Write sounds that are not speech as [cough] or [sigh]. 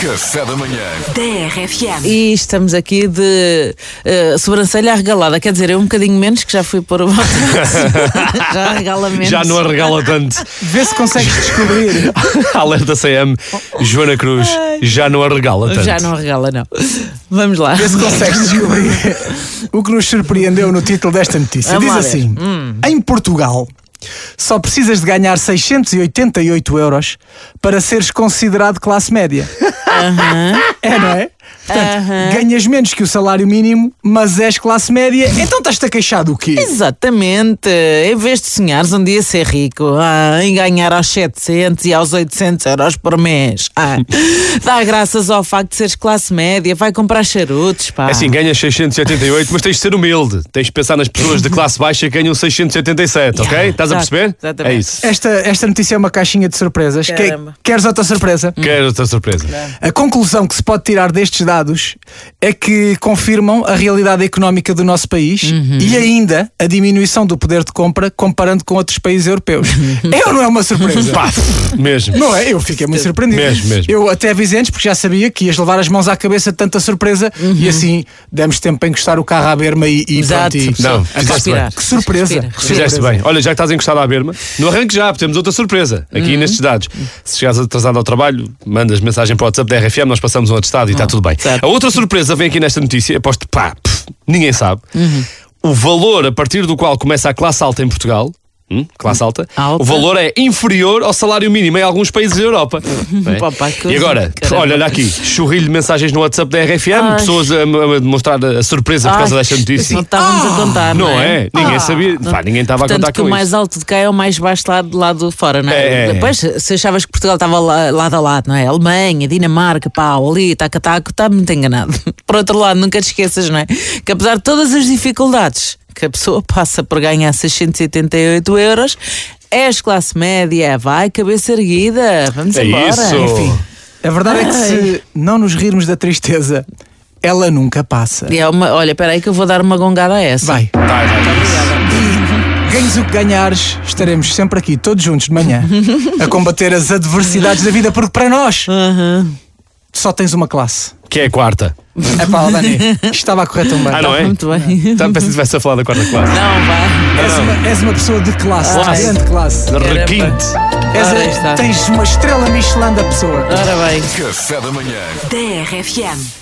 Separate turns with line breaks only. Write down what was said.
Café da manhã.
TRFM.
E estamos aqui de eh, sobrancelha arregalada. Quer dizer, eu um bocadinho menos, que já fui pôr o botox. já arregala menos.
Já não
[laughs]
é arregala tanto.
Vê se consegues descobrir.
Alerta CM, Joana Cruz, já não arregala tanto.
Já não arregala, não. Vamos lá.
Vê se consegues descobrir o que nos surpreendeu no título desta notícia.
Vamos
Diz
lá
assim: Em Portugal, só precisas de ganhar 688 euros para seres considerado classe média. É, não é? Portanto, ganhas menos que o salário mínimo, mas és classe média, então estás-te a queixar do quê?
Exatamente. Em vez de sonhares um dia ser rico, ah, em ganhar aos 700 e aos 800 euros por mês, ah, dá graças ao facto de seres classe média, vai comprar charutos, pá.
É assim, ganhas 688, mas tens de ser humilde. Tens de pensar nas pessoas de classe baixa que ganham 687, ok?
Yeah,
Estás a
exato,
perceber?
exatamente.
É isso.
Esta, esta notícia é uma caixinha de surpresas. Que- é-
Caramba.
queres outra surpresa?
Quero outra surpresa.
A conclusão que se pode tirar destes dados é que confirmam a realidade económica do nosso país
Uhum.
e ainda a diminuição do poder de compra comparando com outros países europeus. Eu não é uma surpresa.
Uhum. Pá, mesmo.
Não é? Eu fiquei muito surpreendido.
Mesmo, mesmo.
Eu até avisei antes porque já sabia que ias levar as mãos à cabeça de tanta surpresa
Uhum.
e assim demos tempo para encostar o carro à berma e, e
Exato.
pronto. E...
Não,
Só
fizeste
respirar.
bem.
Que surpresa.
Respira, respira.
Fizeste bem. Olha, já que estás encostado à berma, no arranque já, temos outra surpresa
Uhum.
aqui nestes dados. Se chegares atrasado ao trabalho, mandas mensagem para o WhatsApp da RFM, nós passamos um atestado e está tudo bem.
Ah, certo.
A outra surpresa vem aqui nesta notícia, aposto, pá, pff, ninguém sabe.
Uhum.
O valor a partir do qual começa a classe alta em Portugal. hum, classe alta,
Alta.
o valor é inferior ao salário mínimo em alguns países da Europa. Não é?
Papá, Uhum. que
e agora,
caramba.
olha, olha aqui, chorrilho mensagens no WhatsApp da RFM,
Ai.
pessoas a, a demonstrar a surpresa por causa
Ai,
desta notícia.
Não estávamos a contar, não, Ah.
Não é? Ninguém sabia. Pá, ninguém estava a
Portanto,
contar
que
com
o
isso.
mais alto de cá é o mais baixo lá do lado de fora, não é?
É, é, é.
Depois, se achavas que Portugal estava lá- lado a lado, não é? Alemanha, Dinamarca, pau, ali, taca, taco, está tá muito enganado. [laughs] Por outro lado, nunca te esqueças, não é? Que apesar de todas as dificuldades que a pessoa [laughs] passa por ganhar 678 euros, és classe média, vai, cabeça erguida, vamos
É
embora.
isso.
Enfim.
A verdade é que se não nos rirmos da tristeza, ela nunca passa.
E é uma- olha, espera aí que eu vou dar uma gongada a essa.
Vai.
Vai, vai, vai.
Ganhes o que ganhares, estaremos sempre aqui, todos juntos de manhã, a combater as adversidades da vida, porque para nós só tens uma classe.
Que é a quarta.
É pá, Dani, isto estava a correr tão bem.
Ah, não é?
Tá Muito bem.
Estava pensando que tivesse a falar da quarta
[laughs]
classe.
Não, vai.
és, uma, és uma pessoa de classe,
Classe.
de grande classe.
Na
Caramba.
requinte. é-
És a-
Ora, está. Ah,
tens uma estrela Michelin da pessoa.
Ora bem.
Café da manhã.
TRFM.